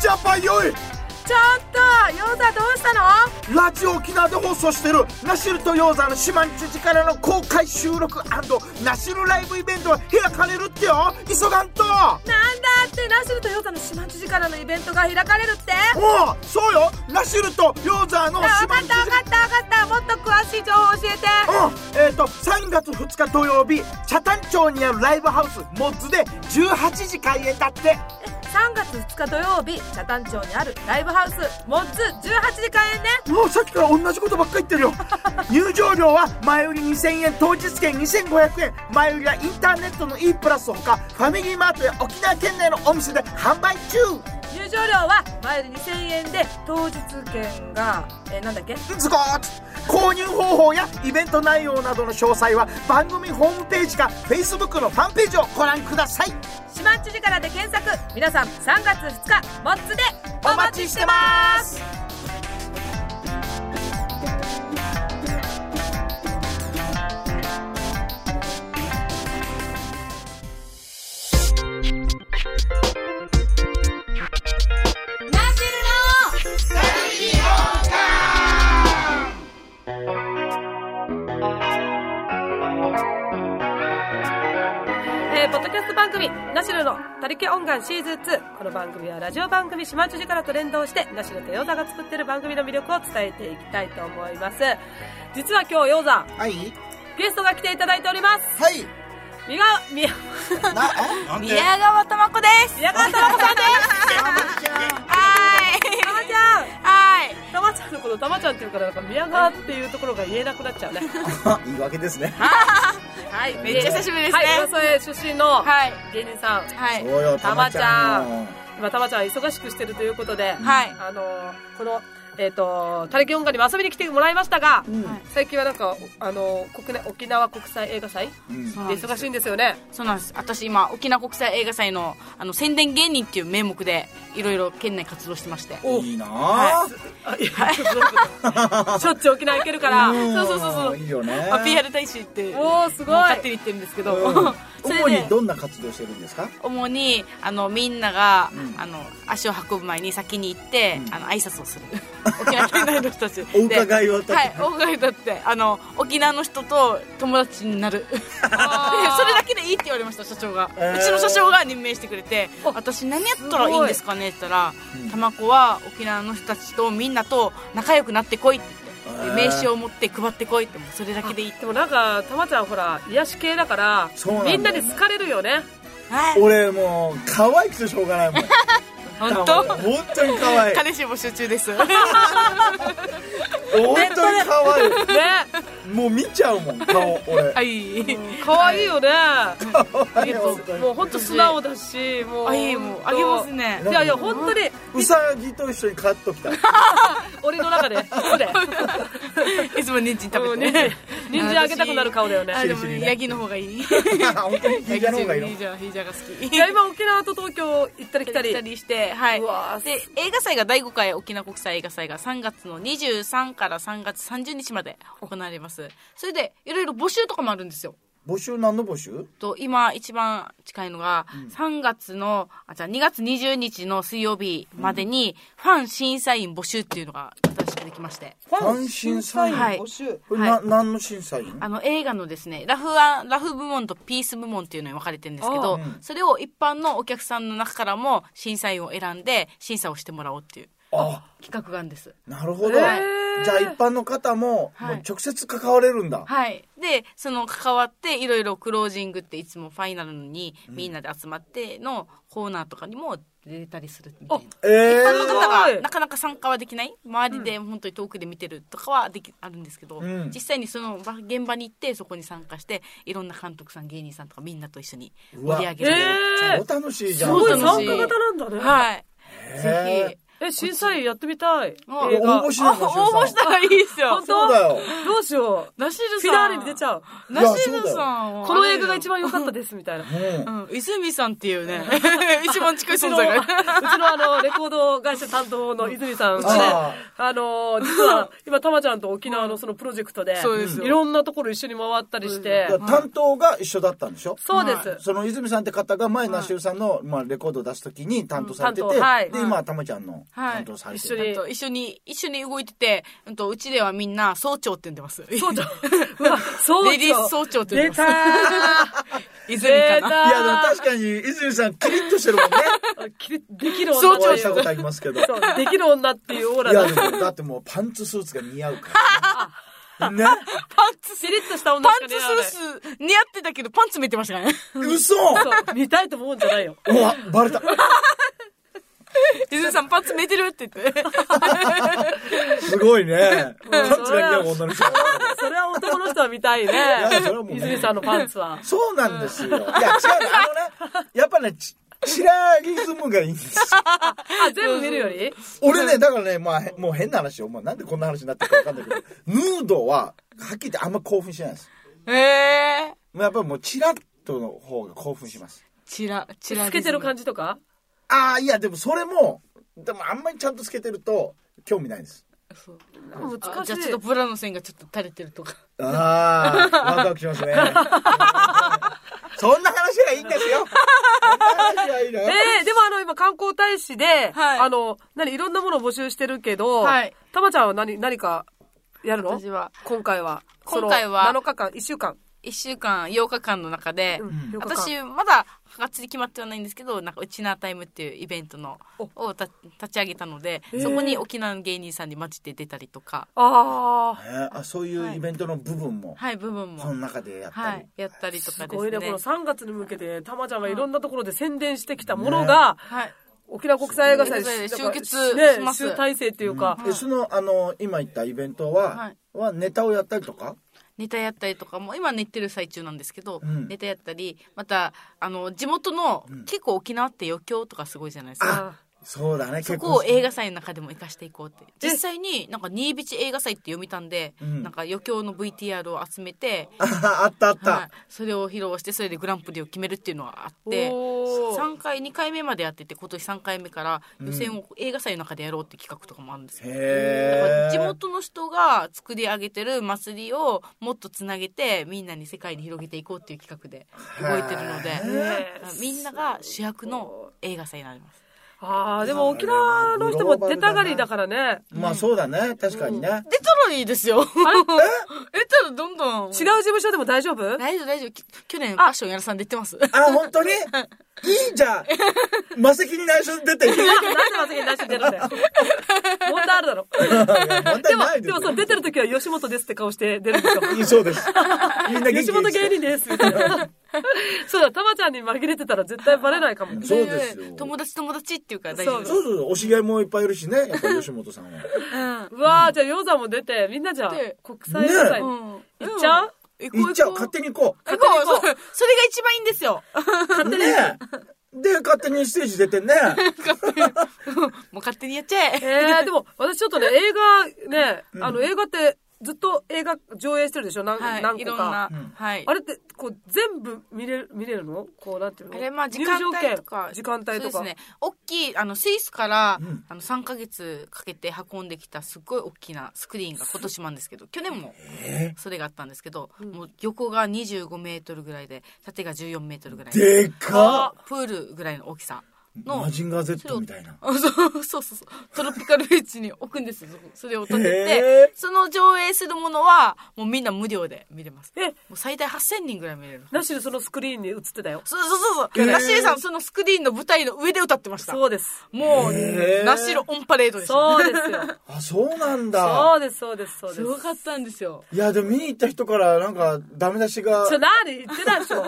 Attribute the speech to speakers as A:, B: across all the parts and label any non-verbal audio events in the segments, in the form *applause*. A: ジャパンよい
B: ちょっとヨウザどうしたの
A: ラジオ沖縄で放送してるナシルとヨーザの島んちからの公開収録ナシルライブイベントが開かれるってよ急がんと
B: なんだってナシルとヨウザの島知事からのイベントが開かれるって
A: おうそうよナシルとヨーザの
B: あ
A: 島
B: 分
A: ん
B: かっ
A: ち
B: た分かった分かったもっと詳しい情報教え
A: うん、
B: て
A: えっ、と3月2日土曜日北谷町にあるライブハウスモッズで18時開演だって
B: 3月2日土曜日北谷町にあるライブハウスモッツ18時開演ね
A: もうさっきから同じことばっかり言ってるよ入場料は前売り2000円当日券2500円前売りはインターネットの e プラスほかファミリーマートや沖縄県内のお店で販売中
B: 入場料は前より2000円で当日券が、えーなんだっけ
A: ズゴーッ購入方法やイベント内容などの詳細は番組ホームページか Facebook のファンページをご覧ください
B: 島知事からで検索皆さん3月2日モッツでお
A: お
B: 待
A: 待
B: ち
A: ち
B: し
A: してて
B: ま
A: ますす
B: えーポッドキャスト番組「ナシルの他力音楽シーズン2」この番組はラジオ番組「島知事」からと連動してナシルとヨーザが作ってる番組の魅力を伝えていきたいと思います実は今日ヨーザ
A: はい
B: ゲストが来ていただいております
A: はい
B: 宮川宮
A: な
C: なんで
D: 宮川智子です
B: 宮川玉子さんです
D: は
B: たま
D: い
B: ちゃん
D: はい
B: たまちゃんのことたまちゃんっていうからなんか宮川っていうところが言えなくなっちゃうね
A: え言い訳ですね
B: はい
D: めっちゃ久しぶりですね
B: はい浦添出身の
D: はい
B: 芸人さん、
D: はい
A: そうよ
B: たまちゃん今たまちゃん忙しくしてるということで、
D: はい
B: あのーこのえっ、とたれき音楽に遊びに来てもらいましたが、
D: はい
B: 最近はなんかあのー国内沖縄国際映画祭で
A: うん
D: そうなんです
B: 忙しいんですよね
D: そうなんです私今沖縄国際映画祭のあの宣伝芸人っていう名目でいろいろ県内活動してまして
B: お
C: いいな
D: は
C: あ
B: あいやそういうことしょっちゅう沖縄行けるから
D: いそうそうそうそう
C: いいよね
D: まあ PR 大使って
B: おーすごい
D: 勝手に言ってるんですけど、 *laughs*
C: うん
D: それ
C: 主
D: で
C: にどんな活動してるんですか
D: 主にあのみんなが、
C: うん
D: あの足を運ぶ前に先に行って、
C: うん
D: あの挨拶をする *laughs* 沖縄県内の人たち
C: *laughs* お伺いを立
D: 立
C: て
D: ってはいお伺い立ってあの沖縄の人と友達にな
C: *laughs*
D: るでそれだけでいいって言われました社長が、
C: えー
D: うちの社長が任命してくれて
B: あ
D: 私何やったらいいんですかねって言ったら
C: うん
D: 玉子は沖縄の人たちとみんなと仲良くなってこいって言って、で
C: えー
D: 名刺を持って配ってこいってもうそれだけでいいって
B: でもなんかたまちゃんほら癒し系だから
C: そうなんだ
B: み
C: よね
B: んなに好かれるよね
D: はい
C: 俺もう可愛くてしょうがないもん
D: 本当
C: 本当に可愛い
D: 彼氏募集中
C: *laughs*
D: です
C: 本当に可
B: *laughs*
C: 愛
B: ね
C: いもう見ちゃうもん顔俺
D: はい
B: 可愛いよね
C: 可愛い本当
B: も
C: に
B: う本当素直だしもう
D: あいいもうあげますね
B: いやいや本当に
C: うさぎと一緒にカッときた
B: 俺の中で失礼
D: いつも人参
B: う
D: 食
B: ん
D: べ
B: 人
D: て
B: 参人参あげたくなる顔だよね
D: あ
C: し
D: で
C: り
D: も
C: しりね
D: ヤギの方がいい
C: 本当に聞いたの方がいいの
D: ヒージャーヒージャーが好き
B: いや今沖縄と東京行ったり来た
D: 行っ
B: り
D: たりして、はいう
B: わー
D: で映画祭が第5回沖縄国際映画祭が3月の23から3月30日まで行われますそれでいろいろ募集とかもあるんですよ
C: 募集何の募集
D: と今一番近いのが3月の、あじゃあ2月20日の水曜日までにファン審査員募集っていうのが新しくできまして
B: フ
C: 単身サイン
D: はい
C: 募集これな何の審査員
D: あの映画のですねラフアラフ部門とピース部門っていうのに分かれてるんですけど、それを一般のお客さんの中からも審査員を選んで審査をしてもらおうっていう
C: あ
D: 企画があるんです
C: なるほどじ
D: はい
C: ゃあ一般の方もも
D: はいう
C: 直接関われるんだ
D: はいでその関わっていろいろクロージングっていつもファイナルにみんなで集まってのコーナーとかにも出たりするみたいな
C: ええ
D: 一般の方
B: すごい
D: がなかなか参加はできない周りで本当に遠くで見てるとかはできあるんですけど、
C: うん
D: 実際にその場現場に行ってそこに参加していろんな監督さん芸人さんとかみんなと一緒に盛り上げ
B: え
D: る、
B: ー
C: 超楽しいじゃん
B: すごい参
D: そう楽
B: 加
D: しい
B: 型なんだね
D: はい
C: へー
D: ぜひ
C: え、審査員やってみたい。
D: あ
C: 映画
A: 応募し
D: あ
A: ないの
D: 応募したらいいですよ
C: 本。
A: そうだよ。
C: どうしよう。
D: ナシル
C: フ
D: さ
C: ィ
D: ん。
C: ナーレに出ちゃう。
D: ナシルさんは。
C: この映画が一番良かったです、みたいな。うち
A: うん
D: うん、泉さんっていうね、 *laughs* 一番近い存
C: の、う
D: 在が。
C: ちのあの、レコード会社担当の泉さんがね
A: あ、
C: あの、実は、今、たまちゃんと沖縄のそのプロジェクトで、
D: そうですよ
C: いろんなところ一緒に回ったりして
A: いや、担当が一緒だったんでしょ
C: そうです。
A: その泉さんって方が前、ナシウさんの、まあ、レコード出すときに担当されて
C: うん担
A: て、
C: 当はい
A: で、今、たまちゃんの
D: はい
A: 担当されて
C: 一緒に
A: る。
D: あと一緒に、一緒に動いてて、うんとうちではみんな、総長って呼んでます。総 *laughs* 長
C: うわそう
D: レディース総長って呼んで
C: 出
D: ます
C: た。
D: *laughs* 泉かな。
A: いや、でも確かに、泉さん、キリッとしてるもん
C: *laughs*
A: ね。
C: ーきれできる女
A: そう
C: っていう
A: したことありますけど。い
C: そう、できる女っていうオーラ
A: や、
C: が。
A: でも、だってもう、パンツスーツが似合う
C: *laughs*
A: からね。ね
D: パンツ、
C: ピリッとした女
D: パ
C: しか
D: ン
C: ね
D: ツスーツ似合ってたけど、パンツ見てましたからね。
A: 嘘
C: そう、見たいと思うんじゃないよ。
A: うわ、バレた。
D: *laughs* 泉さんパンツ見えてるって言って。 *laughs*
A: すごいね。パンツが似合う女の人。
C: それは男の人は見たいね
A: やそれはもう。ね
C: 泉さんのパンツは。
A: そうなんですよ。いや、違うの。あのね、やっぱね、チチラリズムがいいんですよ。
C: あ、全部見るより
A: 俺ね、だからね、まあ、へもう変な話よ。まあ、なんでこんな話になったかわかんないけど、ヌードは、はっきり言ってあんま興奮しないです。
D: えー。
A: まあやっぱりもう、チラッとの方が興奮します。
D: チラ、チラ。
C: つけてる感じとか
A: ああ、いや、でもそれも、でもあんまりちゃんとつけてると、興味ないです。
D: じ。そうあ
C: 難し
D: じ
C: い
D: ゃあ。ちょっとブラの線がちょっと垂れてるとか。
A: ああ、ワクワクしますね。 *laughs* そんな話はいいんですよ。そんな話はいいのよ。
C: えー、でもあの、今観光大使で、
D: はい
C: あの、何、いろんなものを募集してるけど
D: はい、
C: たまちゃんは何、何かやるの
D: 私は
C: 今回は。
D: 今回は
C: その7日間、1週間。
D: 1週間、8日間の中で、
C: うん8日間
D: 私、まだ、がっつり決まってはないんですけど、なんか、ウチナータイムっていうイベントの、をた立ち上げたので、そこに沖縄の芸人さんに混じって出たりとか、
C: あ
A: えーあそういうイベントの部分も、
D: はい、部分
A: その
D: も、
A: 中でやったり。
D: はい、やったりと
C: ー、
D: か
C: す
D: で
C: ご
D: す
C: いね。こ
D: ね
C: の。3月に向けて、たまちゃんがいろんなところで宣伝してきたものが、
D: はい。
C: 沖縄国際映画祭
D: そう
C: で
D: です
C: なんか
D: 集結
C: ね
D: します
C: 集大成っていうか、
A: えそのあの今言ったイベントは、
D: はい
A: はネタをやったりとか
D: ネタやったりとかも今寝てる最中なんですけど、
A: ん
D: ネタやったりまたあの地元の、結構沖縄って余興とかすごいじゃないですか
C: あ
A: そうだね
D: そ
A: 結
D: こ
A: 構
D: を映画祭の中でも生かしていこうって実際になんか新チ映画祭って読みたんで、
A: ん
D: なんか余興の VTR を集めて、
A: *laughs* あったあった、
D: はい、それを披露してそれでグランプリを決めるっていうのがあって
C: おー
D: 3回2回目までやってて今年3回目から予選を映画祭の中でやろうって企画とかもあるんですよだから
A: へえ
D: 地元の人が作り上げてる祭りをもっとつなげてみんなに世界に広げていこうっていう企画で動いてるので
C: ね
D: みんなが主役の映画祭になります
C: あーでも沖縄の人も出たがりだからね
A: まあそうだね確かにね、
D: 出たらいいですよ *laughs* 出たらどんどん
C: 違う事務所でも大丈夫
D: 大丈夫大丈夫き去年パッションやらさん出てます
A: あ本
C: *laughs*
A: 当にいいじゃん魔石に内緒で出
C: *laughs*
A: ていいい
C: なんで松井に出して出るんだよ
A: *laughs*
C: 問題あるだろ
A: や問
C: で
A: 題
C: も
A: ない
C: でも
A: すよ
C: そう出てる時は吉本ですって顔して出るんですよ
A: いいそうです
C: *laughs*
A: みんな元気
C: 吉本芸
A: *laughs*
C: 人ですみたいなそうだたまちゃんに紛れてたら絶対バレないかも
A: そうですよ
D: 友達友達っていうから大丈夫です
A: そうそうそうお知り合いもいっぱいいるしねやっぱ吉本さ
C: *laughs*
A: んは
C: うわーじゃあヨウさんも出てみんなじゃあ
D: で
C: 国際映画祭
A: ね
C: 行っちゃう
D: 行こう
A: 行っちゃう
D: 行こ
A: 勝手に行こう
D: う行こうそうそれが一番いいんですよ
A: 勝手にねで勝手にステージ出て
C: *laughs*
A: ね
D: もう勝手にやっちゃえ
C: えー、でも私ちょっとね映画ね、あの映画ってずっと映画上映してるでしょ何,、
D: は
C: 何
D: いい
C: 個
D: ろん
C: か
D: な、はい
C: あれってこう全部見れる見れるのこうなんていうの
D: あれまあ時間
C: 入場
D: 帯
C: 券
D: とか
C: 時間帯とか
D: そうですね大きいあのスイスから、あの3か月かけて運んできたすっごい大きなスクリーンが今年もあるんですけど去年もそれがあったんですけど、もう横が2 5メートルぐらいで縦が1 4メートルぐらい
A: でかっ
D: プールぐらいの大きさの
A: マジンガー Z みたいな
D: あ *laughs* そうそうそうそう。トロピカルビーチに置くんですよ。そこそれを立て
A: へ
D: て、その上映するものは、もうみんな無料で見れます。
C: え
D: もう最大8000人ぐらい見れる。
C: なしでそのスクリーンに映ってたよ
D: そうそうそうそう。ナッシーさん、そのスクリーンの舞台の上で歌ってました。
C: そうです
D: もう、
A: へー
D: ナッシーのオンパレードでした。
C: そうですよ
A: あそうなんだ
C: そうですそうですそうです
D: すごかったんですよ。
A: いや、でも見に行った人からなんかダメ出しが
C: ちょ、何言ってた *laughs* でしょ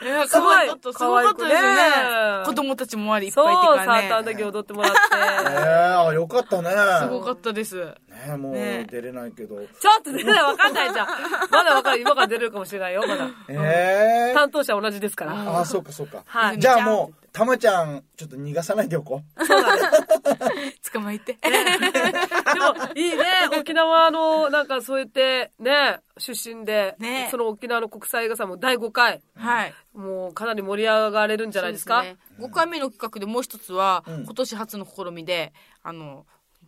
D: いや、
C: すごい
D: かわったすごかったですよね
C: 可愛くね。
D: 子供たちも周りいっぱいい
C: そう
D: て
C: サ
D: から
C: ーター *laughs*
D: ね。
C: だけ踊ってもらっ
A: え
C: て
A: ー、あよかったね。
D: すごかったです。
A: ねえもう
D: ね
A: 出れないけど。
C: ちょっと出ないわかんないじゃん。まだわかる。今から出れるかもしれないよ、まだ。
A: ええ
C: 担当者同じですから。
A: ああ、そうかそうか。
C: はい
A: じゃあもう、たまちゃん、ちょっと逃がさないでおこう。
C: そうだね。
D: 捕まえて。
C: でも、いいね。沖縄の、なんかそうやって、ね、出身で、
D: ね
C: その沖縄の国際映画祭も第5回、
D: *laughs* はい。
C: もうかなり盛り上がれるんじゃないですか。
D: そうね、5回目の企画でもう一つは、
A: うん
D: 今年初の試みであの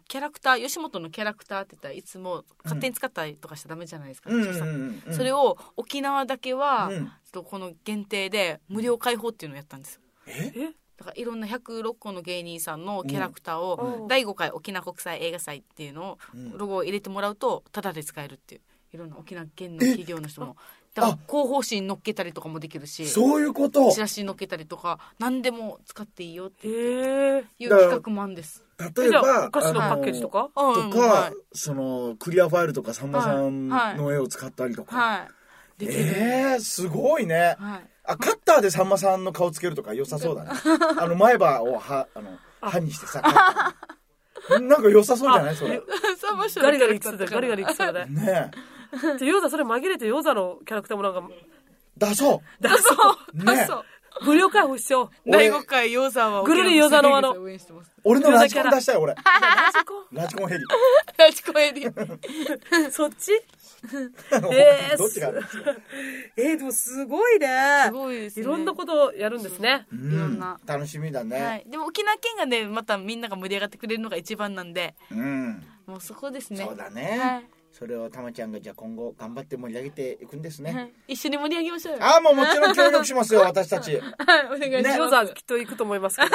D: キャラクター吉本のキャラクターって言ったらいつも勝手に使ったりとかしちゃダメじゃないですか、
A: うん
D: 著
A: うんう
D: 作
A: んうん。
D: それを沖縄だけは、
A: うん
D: ちょっとこの限定で無料開放っていうのをやったんですよ
A: え
D: だからいろんな106個の芸人さんのキャラクター
C: う
D: を
C: ん
D: 第5回沖縄国際映画祭っていうの
A: ん
D: をロゴを入れてもらうとタダで使えるっていういろんな沖縄県の企業の人もだから広報誌に載っけたりとかもできるし
A: そういうこと
D: チラシに載っけたりとか何でも使っていいよって
C: へえ。
D: いう企画もあるんです。
A: 例え
C: じゃあ、
A: ば、
C: お菓子のパッケージと
A: あの
C: か
D: うん
A: とか、
D: はい
A: そのクリアファイルとかさんまさんの絵を使ったりとか、
D: はい、できる、 *laughs*
A: えー、すごいね、
D: はい
A: あカッターでさんまさんの顔つけるとか良さそうだねあの前歯をはあの歯にしてさカッターになんか良さそうじゃないそれ
D: サバショ
C: ガリガリ言ってたよ、ガリガリ言ってたよ *laughs* ね。
A: ねえ
C: で、ヨーザそれ紛れてヨーザのキャラクターも *laughs* なんか、
A: 出そう
C: 出そう
A: ね
D: あそう
C: 無料開放しよう。
D: 第5回ヨザは
C: ぐるりヨザのあの
D: 応援して
C: *laughs*
D: ます
A: 俺のラジコン出したい
D: *laughs*
A: 俺
C: ラジコ
A: ラジコンヘリ
D: ラジコエリ
C: ン *laughs* そっちえー
A: どっちが
C: えー、でもすごいね。す
D: ごいですね
C: いろんなことをやるんですね。
A: う
D: いろんな
A: 楽しみだね、
D: はい、でも沖縄県がねまたみんなが盛り上がってくれるのが一番なんで
A: うん
D: もうそこですね
A: そうだね、
D: はい
A: それをたまちゃんがじゃあ今後頑張って盛り上げていくんですね、
D: はい一緒に盛り上げましょうよ
A: ああもうもちろん協力します
D: *laughs*
A: よ私たち
D: はいお願いします
C: ヨーザきっと行くと思いますけ *laughs* ど。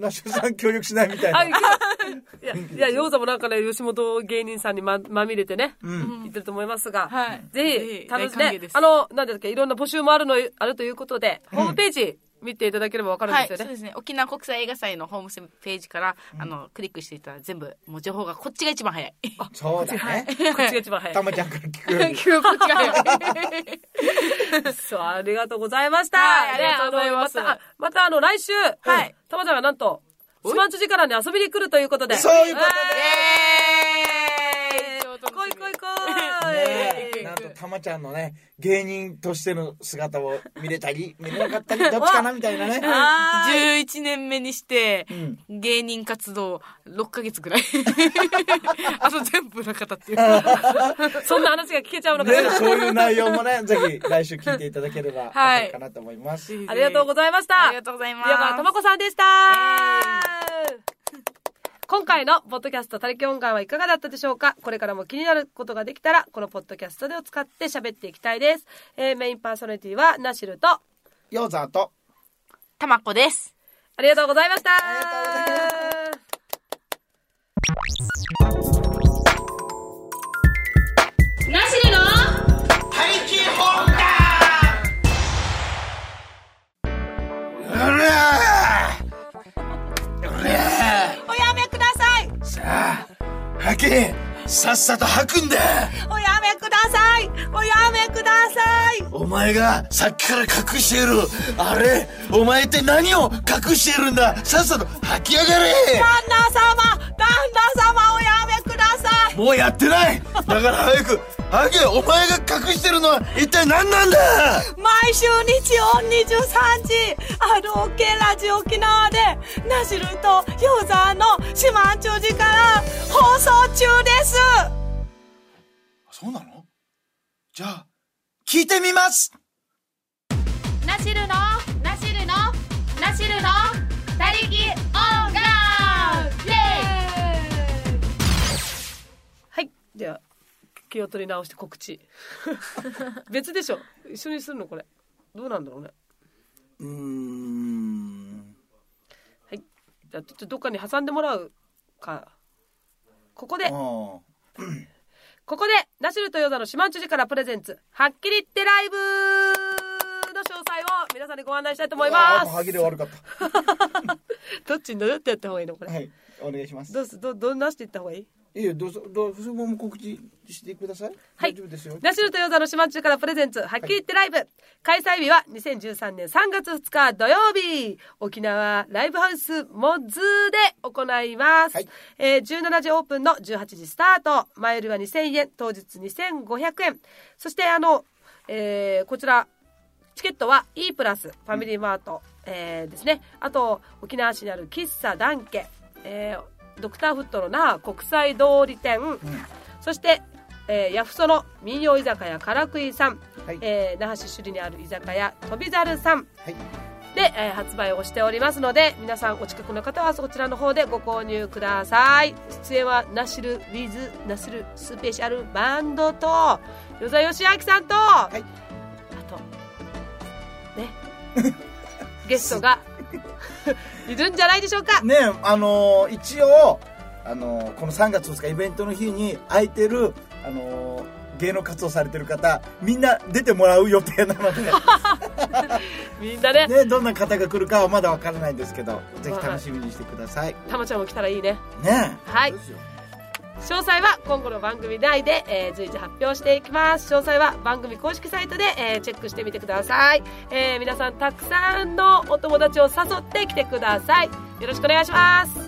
A: 那須さん協力しないみたい
C: あ、 *laughs*
A: な
C: 行くいや、いや、ヨーザもなんかね、吉本芸人さんにま、まみれてね、行ってると思いますが、
D: はい
C: ぜひ、楽
D: 大
C: しん
D: 歓迎
C: で
D: で、す
C: あの、なんだっけ、いろんな募集もあるの、あるということで、ホームページ見ていただければわかるん
D: はい、
C: です
D: そ
C: よ
D: う
C: ね。
D: ですね。沖縄国際映画祭のホームページから、あの、クリックしていたら全部、もう情報が *laughs* こっちが一番早い。
A: そうだね
C: こっちが一番早い
A: た。まちゃんから聞く
D: *laughs*
A: より
D: こっちが早い。
C: そう、ありがとうございました。
D: はいありがとうございます。
C: ねあのまた、あまたあの、来週、はいたまちゃんがなんと、スマンチ時からに遊びに来るということで。
A: そういうこと
D: えー
C: こいこいこ
A: ね
C: い。
A: なんとたまちゃんのね芸人としての姿を見れたり *laughs* 見れなかったりどっちかなみたいなね
C: あー
D: 11年目にして、芸人活動6ヶ月ぐ *laughs* らい。あと全部裏方って *laughs* いう。
C: そんな話が聞けちゃうのかし
A: ね
C: ら。
A: そういう内容もねぜひ来週聞いていただければわかるかなと思います、
C: ありが
D: *laughs*
C: とうございました。
D: ありがとうございます
C: 宮川智子さんでした。今回のポッドキャスト、たりき音楽はいかがだったでしょうかこれからも気になることができたら、このポッドキャストでを使って喋っていきたいです。えーメインパーソナリティは、ナシルと、
A: ヨーザーと
D: たまこです。
C: ありがとうございました。
B: ナシルの
A: うら
B: おやめください
A: 吐けさっさと吐くんだ
B: おやめくださいおやめください
A: お前がさっきから隠しているあれお前って何を隠しているんださっさと吐き上がれ
B: 旦那様旦那様おやめください
A: もうやってないだから早く吐けお前が隠してるのは一体何なんだ
B: 毎週日曜23時あのオッケーラジオ沖縄でナシルとヨーザーの島中寺から放送中です
A: そうなのじゃあ聞いてみます
B: ナシルのナシルのナシルの他力音楽イエーイ
C: はい。では、気を取り直して告 *laughs* 知。別でしょ一緒にするのこれ。どうなんだろうね。
A: うーん
C: はい。じゃあ、ちょっとどっかに挟んでもらうか。ここで
A: あ、ー
C: ここで、ナシュルとヨザの島んちゅじからプレゼンツ、はっきり言ってライブの詳細を皆さんにご案内したいと思いま
A: あー歯
C: す。
A: 切れ悪かった
C: どっちにどうやってやった方がいいのこれ。
A: はいお願いします
C: どうす、ど、どんなしていった方がいい
A: いやどうぞどうぞそのまま告知してください。
C: はい
A: 大丈夫ですよ。
C: ナシュルとヨザの島中からプレゼンツ、はっきり言ってライブ。開催日は2013年3月2日土曜日、沖縄ライブハウスモズで行います。
A: はい
C: えー17時オープンの18時スタート。前売りは2000円、当日2500円。そして、あの、えーこちら、チケットは E プラス、ファミリーマート、えーですね。あと、沖縄市にある喫茶ダンケ、えードクターフットの那覇国際通り店、そして、えー、ヤフソの民謡居酒屋からくいさん、
A: はい
C: えー那覇市首里にある居酒屋飛びざるさん
A: はい。
C: で、えー発売をしておりますので皆さんお近くの方はそちらの方でご購入ください出演はナシル with ナシルスペシャルバンドと与沢義明さん
A: い
C: と、あとね *laughs* ゲストがいるんじゃないでしょうか、
A: ねえあのー一応あのーこの3月2日イベントの日に空いてるあのー芸能活動されてる方みんな出てもらう予定なの
C: *laughs*
A: で、
C: みんなね
A: ね、どんな方が来るかはまだわからないんですけどぜひ楽しみにしてください
C: たまちゃんも来たらいいね
A: ねえ
C: はい
A: どうしよう
C: 詳細は今後の番組内で、えー随時発表していきます詳細は番組公式サイトで、えーチェックしてみてください、えー皆さんたくさんのお友達を誘ってきてくださいよろしくお願いします